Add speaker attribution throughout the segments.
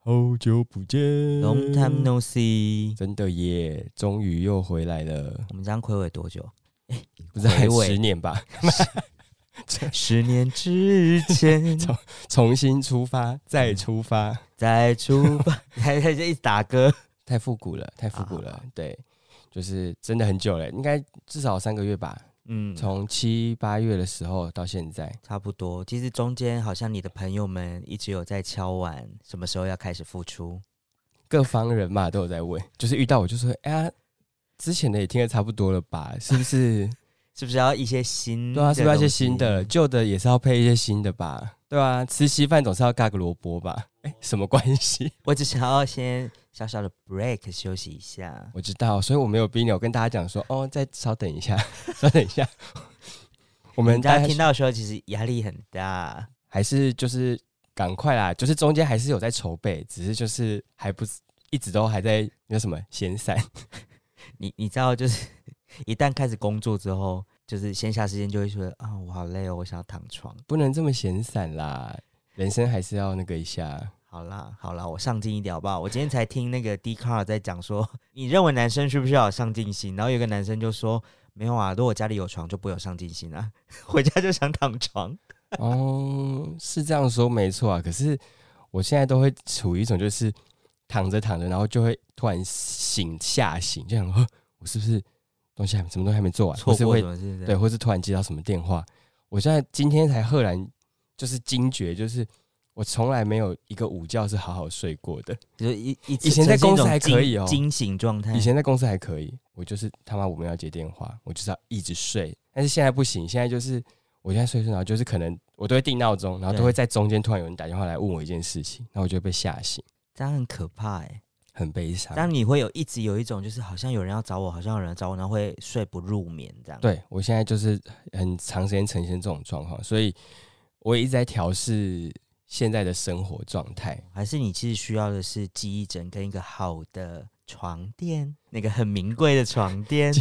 Speaker 1: 好久不见
Speaker 2: Long time no see，
Speaker 1: 真的耶，终于又回来了，
Speaker 2: 我们这样暌违多久？
Speaker 1: 不是还
Speaker 2: 回味
Speaker 1: 十年 吧？
Speaker 2: 十年之 前
Speaker 1: 操重新出发，再出发，
Speaker 2: 再出发， 还还在一直打歌。
Speaker 1: 嗯太复古了，太复古
Speaker 2: 好
Speaker 1: 了。对，就是真的很久了，应该至少三个月吧，
Speaker 2: 嗯，
Speaker 1: 从七八月的时候到现在。
Speaker 2: 差不多。其实中间好像你的朋友们一直有在敲碗，什么时候要开始付出？
Speaker 1: 各方人嘛都有在问，就是遇到我就说，哎、呀，之前的也听的差不多了吧？是不 是？
Speaker 2: 是不是要一些新的
Speaker 1: 对
Speaker 2: 东
Speaker 1: 啊，
Speaker 2: 西？
Speaker 1: 是不是要一些新的？旧的也是要配一些新的吧？对啊，吃稀饭总是要尬个萝卜吧？哎、什么关系？
Speaker 2: 我只想要先小小的 break 休息一下。
Speaker 1: 我知道，所以我没有逼你，我跟大家讲说，哦，再稍等一下， 稍等一下。我们
Speaker 2: 大
Speaker 1: 大
Speaker 2: 家
Speaker 1: 家
Speaker 2: 听到的时候，其实压力很大。
Speaker 1: 还是就是赶快啦，就是中间还是有在筹备，只是就是还不是一直都还在那什么闲散。
Speaker 2: 你你知道，就是 一旦开始工作之后，就是闲暇时间就会说啊，我好累哦，我想要躺床。
Speaker 1: 不能这么闲散啦，人生还是要那个一下。
Speaker 2: 好啦，好啦，我上进一点好不好？我今天才听那个 d c a r 在讲说， 你认为男生需不需要有上进心？然后有个男生就说，没有啊，如果家里有床就不会有上进心啊， 回家就想躺床。
Speaker 1: 哦，是这样说没错啊。可是我现在都会处于一种就是躺着躺着，然后就会突然醒吓醒，就想说，呵哦我是不是东西还什么东西还没做完，
Speaker 2: 错
Speaker 1: 或是
Speaker 2: 过
Speaker 1: 会
Speaker 2: 什么事？
Speaker 1: 对，，或是突然接到什么电话。我现在今天才赫然就是惊觉，就是我从来没有一个午觉是好好睡过的。
Speaker 2: 就是一一
Speaker 1: 以前在公司还可以哦
Speaker 2: 惊醒状态。
Speaker 1: 以前在公司还可以，我就是他妈我们要接电话，我就是要一直睡。但是现在不行，现在就是我现在睡一睡，然后就是可能我都会定闹钟，然后都
Speaker 2: 对
Speaker 1: 会在中间突然有人打电话来问我一件事情，那我就会被吓醒，
Speaker 2: 这样很可怕哎、
Speaker 1: 很悲
Speaker 2: 这
Speaker 1: 伤。
Speaker 2: 样你会有一直有一种就是好像有人要找我，好像有人要找我，然后会睡不入眠这样。，
Speaker 1: 对我现在就是很长时间呈现这种状况，所以我也一直在调试现在的生活状态。
Speaker 2: 还是你其实需要的是记忆枕跟一个好的床垫，那个很名贵的床 垫，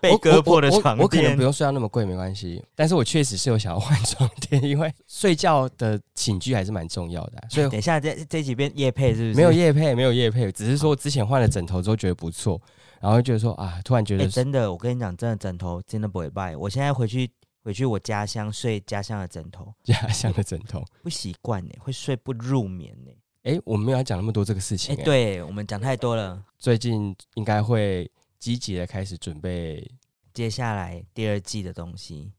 Speaker 2: 被
Speaker 1: 我
Speaker 2: 割破的床
Speaker 1: 我我我，我可能
Speaker 2: 垫
Speaker 1: 不。用睡到那么贵没关系，但是我确实是有想要换床垫， 因为睡觉的寝具还是蛮重要的啊、所以
Speaker 2: 等一下，这这几遍夜配是不是？
Speaker 1: 没有夜配，没有夜配，只是说之前换了枕头之后觉得不错，然后就觉得说啊，突然觉
Speaker 2: 哎、
Speaker 1: 得是、
Speaker 2: 真的，我跟你讲，真的枕头真的不会败。我现在回去回去我家乡睡家乡的枕头，
Speaker 1: 家乡的枕头。
Speaker 2: 不习惯呢，会睡不入眠呢。
Speaker 1: 哎、我没有要讲那么多这个事情、啊
Speaker 2: 哎、
Speaker 1: 诶，
Speaker 2: 对我们讲太多了。
Speaker 1: 最近应该会积极的开始准备，
Speaker 2: 接下来第二季的东西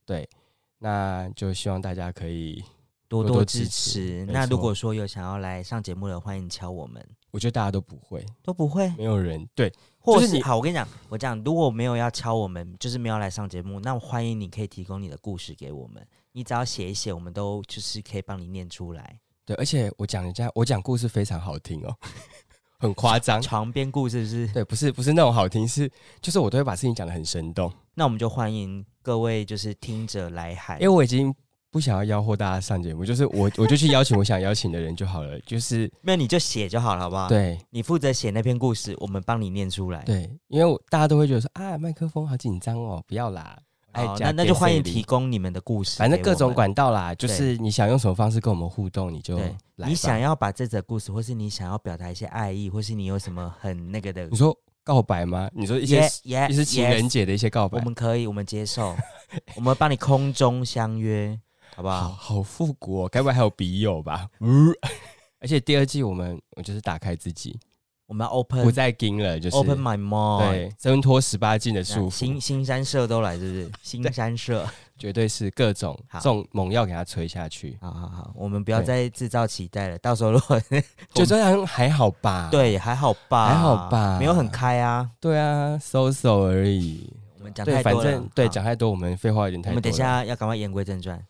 Speaker 1: 那就希望大家可以，
Speaker 2: 多
Speaker 1: 多多
Speaker 2: 支
Speaker 1: 支持没
Speaker 2: 那如
Speaker 1: 错
Speaker 2: 果说有想要来上节目的，欢迎敲我们。
Speaker 1: 我觉得大家都不会，
Speaker 2: 都不会，
Speaker 1: 没有人对，
Speaker 2: 或、
Speaker 1: 就是是你
Speaker 2: 好，我跟你讲，我讲，如果没有要敲我们，就是没有来上节目，那我欢迎你可以提供你的故事给我们，你只要写一写，我们都就是可以帮你念出来。
Speaker 1: 对，而且我讲人家，我讲故事非常好听哦， 很夸张，
Speaker 2: 床边故事是不是，
Speaker 1: 对，不是不是那种好听，是就是我都会把事情讲得很生动，
Speaker 2: 那我们就欢迎各位就是听者来海
Speaker 1: 因为。我已经不想要吆喝大家上节目，就是我我就去邀请我想邀请的人就好了，就是
Speaker 2: 那你就写就好了，好不好？，
Speaker 1: 对
Speaker 2: 你负责写那篇故事，我们帮你念出来。，
Speaker 1: 对，因为我大家都会觉得说啊，麦克风好紧张哦，不要啦，哎
Speaker 2: 好，，那
Speaker 1: 加
Speaker 2: 哦那就欢迎
Speaker 1: 给谁
Speaker 2: 提供你们的故事，
Speaker 1: 反正各种。管道啦，就是你想用什么方式跟我们互动，你就
Speaker 2: 对，
Speaker 1: 来吧。
Speaker 2: 你想要把这则故事，或是你想要表达一些爱意，或是你有什么很那个的
Speaker 1: 你，说告白吗？你说一些
Speaker 2: 也
Speaker 1: 一些情人节的一些告白
Speaker 2: 我，们可以，我们 接受，我们帮你空中相约，好不
Speaker 1: 好
Speaker 2: 好？
Speaker 1: 好复古哦，该不会还有笔友吧？ 嗯，而且第二季我们我就是打开自己，
Speaker 2: 我们要
Speaker 1: 不
Speaker 2: open
Speaker 1: 再盯了，就是
Speaker 2: open my mind，
Speaker 1: 对，挣脱十八禁的
Speaker 2: 那
Speaker 1: 束缚
Speaker 2: 新，新山社都来，是不是？新山社，
Speaker 1: 绝对是各种
Speaker 2: 好
Speaker 1: 重猛药给它吹下去。
Speaker 2: 好好好，我们不要
Speaker 1: 对
Speaker 2: 再制造期待了。到时候 如果
Speaker 1: 就这样还好吧？
Speaker 2: 对，还好吧，
Speaker 1: 啊还好吧
Speaker 2: 没有很开啊。
Speaker 1: 对啊，so so 而已。
Speaker 2: 我们讲
Speaker 1: 对，
Speaker 2: 太多
Speaker 1: 反
Speaker 2: 了，
Speaker 1: 正对
Speaker 2: 好
Speaker 1: 讲太多，我们废话有点太多了。
Speaker 2: 我们等一下要赶快言归正传。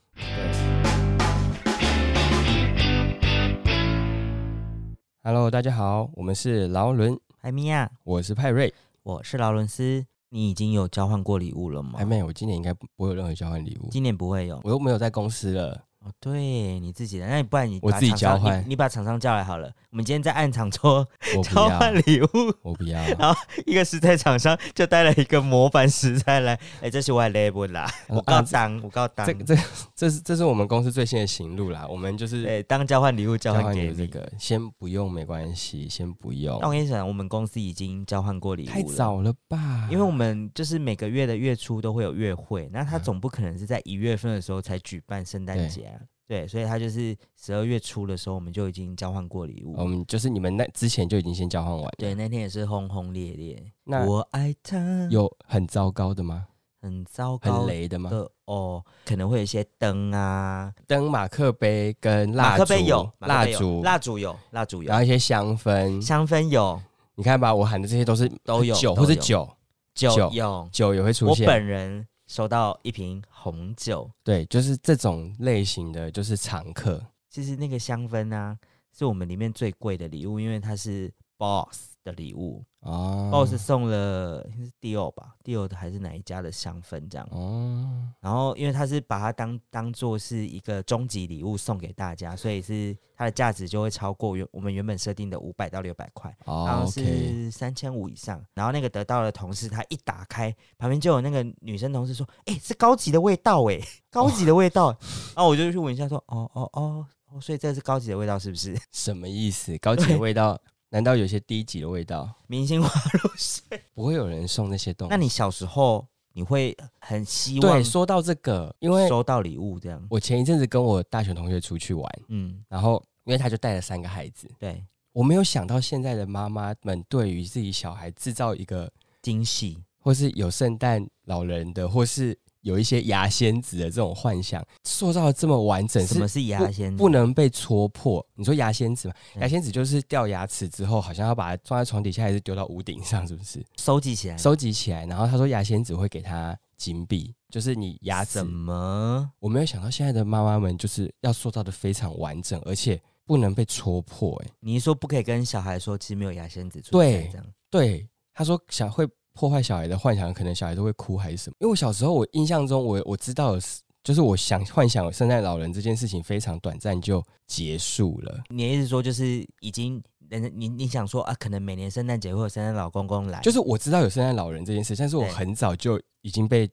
Speaker 1: ，Hello，大家好，我们是劳伦，
Speaker 2: 艾米亚，
Speaker 1: 我是派瑞。
Speaker 2: 我是劳伦斯，你已经有交换过礼物了吗
Speaker 1: 哎还？没，我今年应该不会有任何交换礼物，
Speaker 2: 今年不会有，
Speaker 1: 我又没有在公司了，
Speaker 2: 哦，对，你自己的，那你不然你
Speaker 1: 我
Speaker 2: 把
Speaker 1: 自己
Speaker 2: 厂商
Speaker 1: 交换
Speaker 2: 你，你把厂商叫来好了。我们今天在暗场做
Speaker 1: 我不
Speaker 2: 交换
Speaker 1: 要，
Speaker 2: 礼物，
Speaker 1: 我不 要。啊
Speaker 2: 然一个食材厂商就带了一个模板食材来，哎、这是我的 label 啦，我告
Speaker 1: 啊
Speaker 2: 当，我告当
Speaker 1: 这，这这是这是我们公司最新的行路啦，我们就是
Speaker 2: 对，当交换礼物交
Speaker 1: 交
Speaker 2: 换
Speaker 1: 换
Speaker 2: 给
Speaker 1: 给
Speaker 2: 你。
Speaker 1: 这个，先不用没关系，先不用
Speaker 2: 那，我跟你讲，我们公司已经交换过礼
Speaker 1: 太
Speaker 2: 物了。
Speaker 1: 早了吧？
Speaker 2: 因为我们就是每个月的月初都会有月会，那他总不可能是在一月份的时候才举办圣诞节啊，对，所以他就是十二月初的时候，我们就已经交换过礼物。
Speaker 1: 我们哦就是你们那之前就已经先交换完了，
Speaker 2: 对，那天也是轰轰烈烈。
Speaker 1: 那
Speaker 2: 我爱他，
Speaker 1: 有很糟糕的吗？
Speaker 2: 很糟
Speaker 1: 很
Speaker 2: 糕
Speaker 1: 雷的吗？
Speaker 2: 的哦，可能会有一些灯啊，
Speaker 1: 灯、马克杯跟
Speaker 2: 马
Speaker 1: 蜡
Speaker 2: 克
Speaker 1: 烛
Speaker 2: 杯有，马
Speaker 1: 蜡
Speaker 2: 克杯有
Speaker 1: 烛，
Speaker 2: 蜡烛有，蜡烛有
Speaker 1: 然，后一些香氛。
Speaker 2: 香氛有，
Speaker 1: 你看吧，我喊的这些都是
Speaker 2: 都有
Speaker 1: 酒，
Speaker 2: 都
Speaker 1: 或者
Speaker 2: 有
Speaker 1: 酒，
Speaker 2: 酒
Speaker 1: 酒
Speaker 2: 有。
Speaker 1: 酒也会出
Speaker 2: 我
Speaker 1: 现。
Speaker 2: 本人收到一瓶红酒，
Speaker 1: 对，就是这种类型的，就是常客。
Speaker 2: 其实那个香氛啊，是我们里面最贵的礼物，因为它是 Boss 的礼物、
Speaker 1: 哦
Speaker 2: b o s s 送了是 Dior 吧，Dior 的还是哪一家的香氛这样。
Speaker 1: 哦，
Speaker 2: 然后因为它是把它当当做是一个终极礼物送给大家，所以是它的价值就会超过原我们原本设定的五百到六百块，好
Speaker 1: 哦
Speaker 2: 像
Speaker 1: ，OK，
Speaker 2: 是三千五以上。然后那个得到的同事，他一打开，旁边就有那个女生同事说：“哎、是高级的味道、哎， 高级的味道。然后我就去闻一下，说：“哦哦哦。”哦，所以这是高级的味道，是不 是？
Speaker 1: 什么意思？高级的味 道，难道有些低级的味道？
Speaker 2: 明星花露水。
Speaker 1: 不会有人送那些东西。
Speaker 2: 那你小时候你会很希望
Speaker 1: 对，说到这个，因为
Speaker 2: 收到礼物这样？
Speaker 1: 我前一阵子跟我大学同学出去玩，
Speaker 2: 嗯，
Speaker 1: 然后因为他就带了三个孩子，
Speaker 2: 对，
Speaker 1: 我没有想到现在的妈妈们对于自己小孩制造一个，
Speaker 2: 惊喜。
Speaker 1: 或是有圣诞老人的，或是有一些牙仙子的这种幻想，塑造的这么完整，
Speaker 2: 什么
Speaker 1: 是
Speaker 2: 是牙仙子？
Speaker 1: 不能被戳破。你说牙仙子嘛，
Speaker 2: 嗯
Speaker 1: 牙仙子就是掉牙齿之后，好像要把它装在床底下，还是丢到屋顶上，是不是？
Speaker 2: 收集起来。
Speaker 1: 收集起来，然后他说牙仙子会给他金币，就是你牙齿
Speaker 2: 怎么？
Speaker 1: 我没有想到现在的妈妈们就是要塑造的非常完整，而且不能被戳破、欸。哎，
Speaker 2: 你是说不可以跟小孩说，其实没有牙仙子出现
Speaker 1: 对
Speaker 2: 这样？
Speaker 1: 对，他说想会破坏小孩的幻想，可能小孩都会哭还是什么。因为我小时候，我印象中我我知道的是，就是我想幻想圣诞老人这件事情非常短暂就结束了，
Speaker 2: 你的意思说就是已经人家你你想说啊，可能每年圣诞节会有圣诞老公公来，
Speaker 1: 就是我知道有圣诞老人这件事，但是我
Speaker 2: 哎对
Speaker 1: 很早就已经被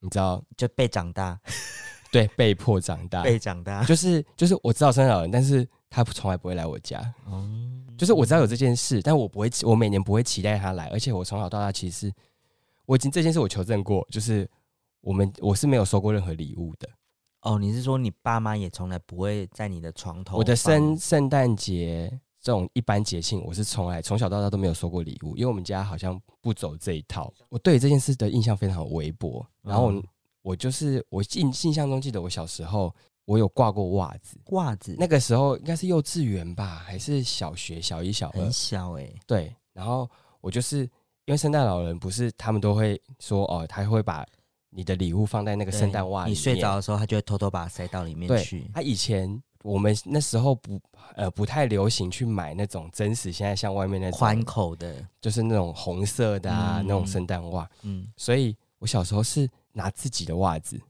Speaker 1: 你知道
Speaker 2: 就被长 大，
Speaker 1: 对被迫长大，
Speaker 2: 被长大。
Speaker 1: 就是就是我知道圣诞老人，但是他从来不会来我家。
Speaker 2: 哦，
Speaker 1: 就是我知道有这件事，但我不会期，我每年不会期待他来，而且我从小到大其实我已经这件事我求证过，就是我们我是没有收过任何礼物的。
Speaker 2: 哦，你是说你爸妈也从来不会在你的床头放？
Speaker 1: 我的生圣诞节这种一般节庆，我是从来从小到大都没有收过礼物，因为我们家好像不走这一套。我对这件事的印象非常微薄，然后我,、
Speaker 2: 嗯
Speaker 1: 我就是我印印象中记得我小时候我有挂过袜子，
Speaker 2: 袜子，
Speaker 1: 那个时候应该是幼稚园吧，还是小学小一小二
Speaker 2: 很，小哎、
Speaker 1: 对，然后我就是因为圣诞老人不是他们都会说哦，他会把你的礼物放在那个
Speaker 2: 对
Speaker 1: 圣诞袜里
Speaker 2: 你
Speaker 1: 面。
Speaker 2: 睡着的时候，他就会偷偷把它塞到里面
Speaker 1: 对
Speaker 2: 去。
Speaker 1: 他以前我们那时候不呃不太流行去买那种真实，现在像外面那
Speaker 2: 宽
Speaker 1: 种
Speaker 2: 口的，
Speaker 1: 就是那种红色的啊、
Speaker 2: 嗯
Speaker 1: 那种圣诞袜，
Speaker 2: 嗯，
Speaker 1: 所以我小时候是拿自己的袜子。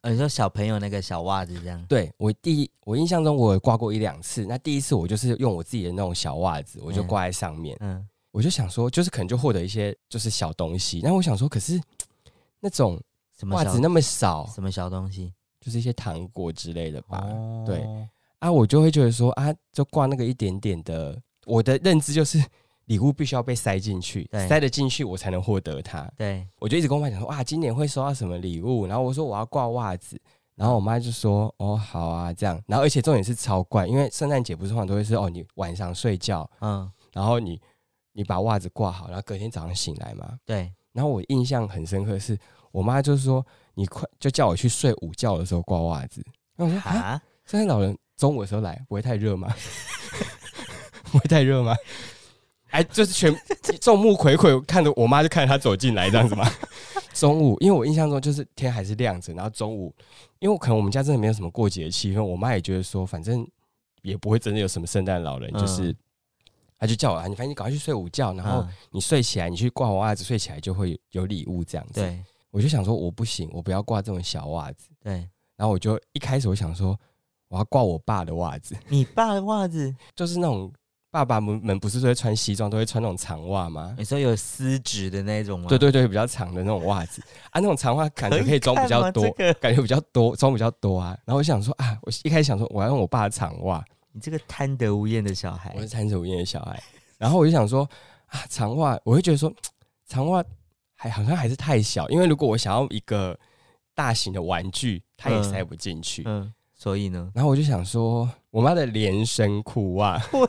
Speaker 2: 呃，你说小朋友那个小袜子这样，
Speaker 1: 对我第一，我印象中我有挂过一两次。那第一次我就是用我自己的那种小袜子，我就
Speaker 2: 嗯
Speaker 1: 挂在上面。
Speaker 2: 嗯，
Speaker 1: 我就想说，就是可能就获得一些就是小东西。那我想说，可是那种
Speaker 2: 什么
Speaker 1: 袜
Speaker 2: 小
Speaker 1: 子那么少，
Speaker 2: 什么小东西？
Speaker 1: 就是一些糖果之类的吧。
Speaker 2: 哦
Speaker 1: 对啊，我就会觉得说啊，就挂那个一点点的。我的认知就是礼物必须要被塞进去，
Speaker 2: 对
Speaker 1: 塞得进去我才能获得它。
Speaker 2: 对，
Speaker 1: 我就一直跟我妈讲说，哇，今年会收到什么礼物？然后我说我要挂袜子。然后我妈就说：“哦，好啊，这样。”然后而且重点是超怪，因为圣诞节不是通常都会是哦，你晚上睡觉，
Speaker 2: 嗯，
Speaker 1: 然后你你把袜子挂好，然后隔天早上醒来嘛，
Speaker 2: 对，
Speaker 1: 然后我印象很深刻的是，我妈就说你快就叫我去睡午觉的时候挂袜子。然后我说啊，
Speaker 2: 啊，
Speaker 1: 圣诞老人中午的时候来，不会太热吗？ 不会太热吗？哎，就是 全众目睽睽看着我妈就看着她走进来这样子嘛。中午，因为我印象中就是天还是亮着，然后中午，因为我可能我们家真的没有什么过节的气氛，我妈也觉得说反正也不会真的有什么圣诞老人，就是
Speaker 2: 嗯
Speaker 1: 她就叫我啊，你反正你赶快去睡午觉，然后
Speaker 2: 嗯
Speaker 1: 你睡起来，你去挂完袜子睡起来就会有礼物这样子。，
Speaker 2: 对
Speaker 1: 我就想说我不行，我不要挂这种小袜子。
Speaker 2: 对，
Speaker 1: 然后我就一开始我想说，我要挂我爸的袜子，
Speaker 2: 你爸的袜子，
Speaker 1: 就是那种爸爸们们不是都会穿西装，都会穿那种长袜吗？
Speaker 2: 你说有丝质的那种吗？
Speaker 1: 对对对，比较长的那种袜子啊，那种长袜感觉可以装比较多
Speaker 2: 可以，看吗这个
Speaker 1: 感觉比较多，装比较多啊。然后我想说啊，我一开始想说我要用我爸的长袜，
Speaker 2: 你这个贪得无厌的小孩
Speaker 1: 我，是三十五夜的小孩，然后我就想说啊，长袜，我会觉得说长袜还好像还是太小，因为如果我想要一个大型的玩具，它也
Speaker 2: 嗯
Speaker 1: 塞不进去。
Speaker 2: 嗯，所以呢，
Speaker 1: 然后我就想说，我妈的连身裤袜
Speaker 2: 我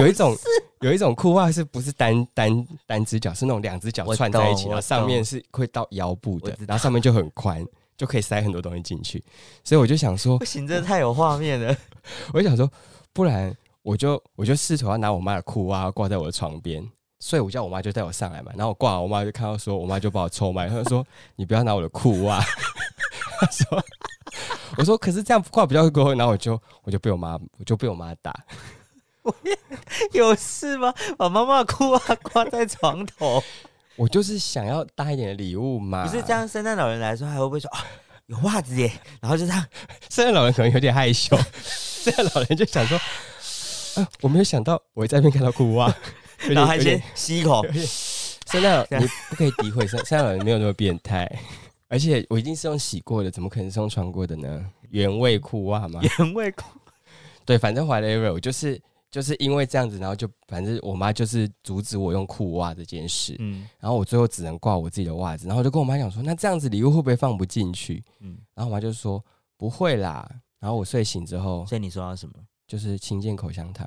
Speaker 1: 有一种有一种裤袜是不是单单单只脚，是那种两只脚
Speaker 2: 我
Speaker 1: 串在一起，然
Speaker 2: 懂
Speaker 1: 后
Speaker 2: 我
Speaker 1: 上面是会到腰部的
Speaker 2: 我知，道
Speaker 1: 然后上面就很宽，就可以塞很多东西进去。所以我就想 说
Speaker 2: 不，行，这太有画面了。
Speaker 1: 我就想说，不然我就我就试图要拿我妈的裤袜挂在我的床边，所以我叫我妈就带我上来嘛。然后我挂完，我妈就看到说，我妈就把我臭骂，她就 说：“你不要拿我的裤袜。” 她说：“我说可是这样挂比较多。”然后我就我就被我妈我就被我妈打，
Speaker 2: 有事吗？把妈妈的裤袜 挂在床头，
Speaker 1: 我就是想要大一点的礼物嘛。
Speaker 2: 不是这，样。圣诞老人来说，还会不会说啊，有袜子耶？然后就这样，
Speaker 1: 圣诞老人可能有点害 羞，圣诞老人就想说：“啊，我没有想到我会在那边看到裤 袜。”有点
Speaker 2: 然后还
Speaker 1: 有点
Speaker 2: 先吸一口，
Speaker 1: 圣诞
Speaker 2: 这
Speaker 1: 老
Speaker 2: 样
Speaker 1: 你不可以诋毁圣圣诞老人，没有那么变态。而且我一定是用洗过的，怎么可能是用穿过的呢？原味裤袜吗？
Speaker 2: 原味裤。
Speaker 1: 对，反正 whatever，我就是就是因为这样子，然后就反正我妈就是阻止我用裤袜这件事，
Speaker 2: 嗯
Speaker 1: 然后我最后只能挂我自己的袜子，然后我就跟我妈讲说，那这样子礼物会不会放不进去？
Speaker 2: 嗯，
Speaker 1: 然后我妈就说不会啦。然后我睡醒之后
Speaker 2: 所以你说到什么？
Speaker 1: 就是清健口香糖，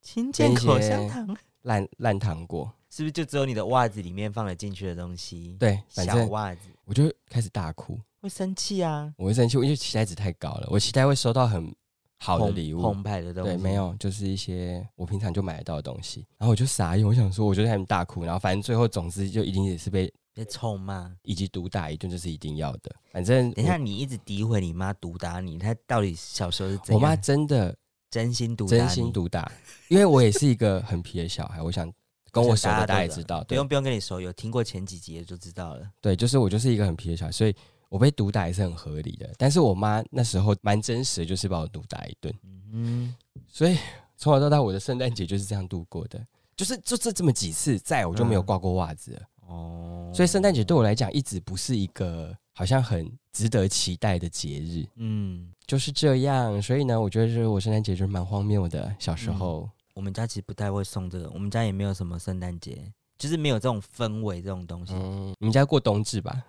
Speaker 2: 清健口香糖
Speaker 1: 烂烂糖果，
Speaker 2: 是不是就只有你的袜子里面放了进去的东西？，
Speaker 1: 对，反
Speaker 2: 小啊
Speaker 1: 正
Speaker 2: 袜子
Speaker 1: 我就开始大哭。
Speaker 2: 会生气啊，
Speaker 1: 我会生气，因为期待值太高了。我期待会收到很好的
Speaker 2: 澎
Speaker 1: 礼物
Speaker 2: 澎，湃的东西
Speaker 1: 对，没。有，就是一些我平常就买得到的东西。然后我就傻眼，我想说，我就在那边大哭。然后反正最后，总之就一定也是被
Speaker 2: 被臭骂。
Speaker 1: 以及毒打一顿，这是一定要的。反正
Speaker 2: 等一下，你一直诋毁你妈毒打你，她到底小时候是
Speaker 1: 我，
Speaker 2: 怎
Speaker 1: 我妈
Speaker 2: 样？
Speaker 1: 真的
Speaker 2: 真心毒打你，
Speaker 1: 真心毒打，因为我也是一个很皮的小孩。我想跟我熟的大家也知道，
Speaker 2: 不
Speaker 1: 对
Speaker 2: 用不用跟你熟，有听过前几集的就知道了。
Speaker 1: 对，就是我就是一个很皮的小孩，所以我被毒打也是很合理的。但是我妈那时候蛮真实的，就是把我毒打一顿。
Speaker 2: 嗯
Speaker 1: 所以从小到大，我的圣诞节就是这样度过的，就是就这这么几次，在我就
Speaker 2: 嗯
Speaker 1: 没有挂过袜子了。
Speaker 2: 哼，哦，
Speaker 1: 所以圣诞节对我来讲，一直不是一个好像很值得期待的节日，
Speaker 2: 嗯，
Speaker 1: 就是这样。所以呢，我觉得就是我圣诞节就是蛮荒谬的。小
Speaker 2: 嗯
Speaker 1: 时候，
Speaker 2: 我们家其实不太会送这个，我们家也没有什么圣诞节，就是没有这种氛围这种东西，
Speaker 1: 嗯，你们家过冬至吧？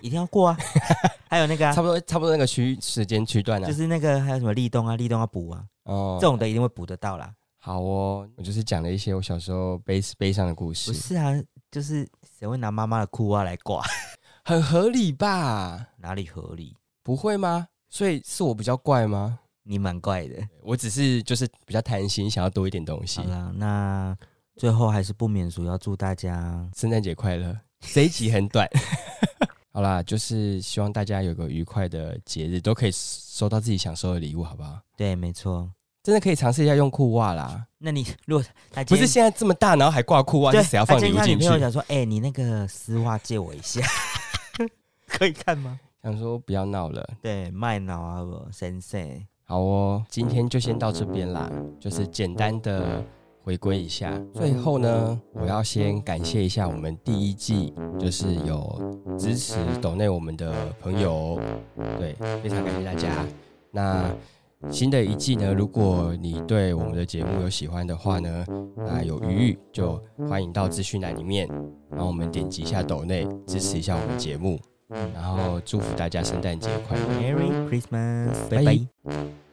Speaker 2: 一定要 过啊。还有那个、啊
Speaker 1: 差，不多，差不多那个区时间区段啊。
Speaker 2: 就是那个还有什么立冬啊，立冬要补啊，
Speaker 1: 哦
Speaker 2: 这种的一定会补得到啦。
Speaker 1: 好哦，我就是讲了一些我小时候悲悲伤的故
Speaker 2: 不
Speaker 1: 事，
Speaker 2: 是啊，就是谁会拿妈妈的裤袜来挂？
Speaker 1: 很合理吧？
Speaker 2: 哪里合理？
Speaker 1: 不会吗？所以是我比较怪吗？
Speaker 2: 你蛮怪的。
Speaker 1: 我只是就是比较贪心，想要多一点东西
Speaker 2: 好。啦，那最后还是不免俗，要祝大家
Speaker 1: 圣诞节快乐！这一集很短。 好啦，就是希望大家有个愉快的节日，都可以收到自己想收的礼物，好不好？
Speaker 2: 对，没错。
Speaker 1: 真的可以尝试一下用裤袜啦，
Speaker 2: 那你 如果他
Speaker 1: 不
Speaker 2: 今
Speaker 1: 是
Speaker 2: 天
Speaker 1: 现在这么大，然后还挂裤袜，
Speaker 2: 对，
Speaker 1: 是谁要放
Speaker 2: 他今
Speaker 1: 礼
Speaker 2: 天
Speaker 1: 物
Speaker 2: 他
Speaker 1: 进
Speaker 2: 女
Speaker 1: 去
Speaker 2: 朋？友讲说：“哎、你那个丝袜借我一 下，可以看吗
Speaker 1: 想说不要闹了，？”
Speaker 2: 对，卖脑啊，我先生。
Speaker 1: 好哦，今天就先到这边啦，就是简单的回归一下。最后呢，我要先感谢一下我们第一季就是有支持抖内我们的朋友，哦对，非常感谢大家。那新的一季呢，如果你对我们的节目有喜欢的话呢，啊有余裕就欢迎到资讯栏里面，然后我们点击一下抖内支持一下我们节目，然后祝福大家圣诞节快乐，
Speaker 2: Merry Christmas，
Speaker 1: 拜拜。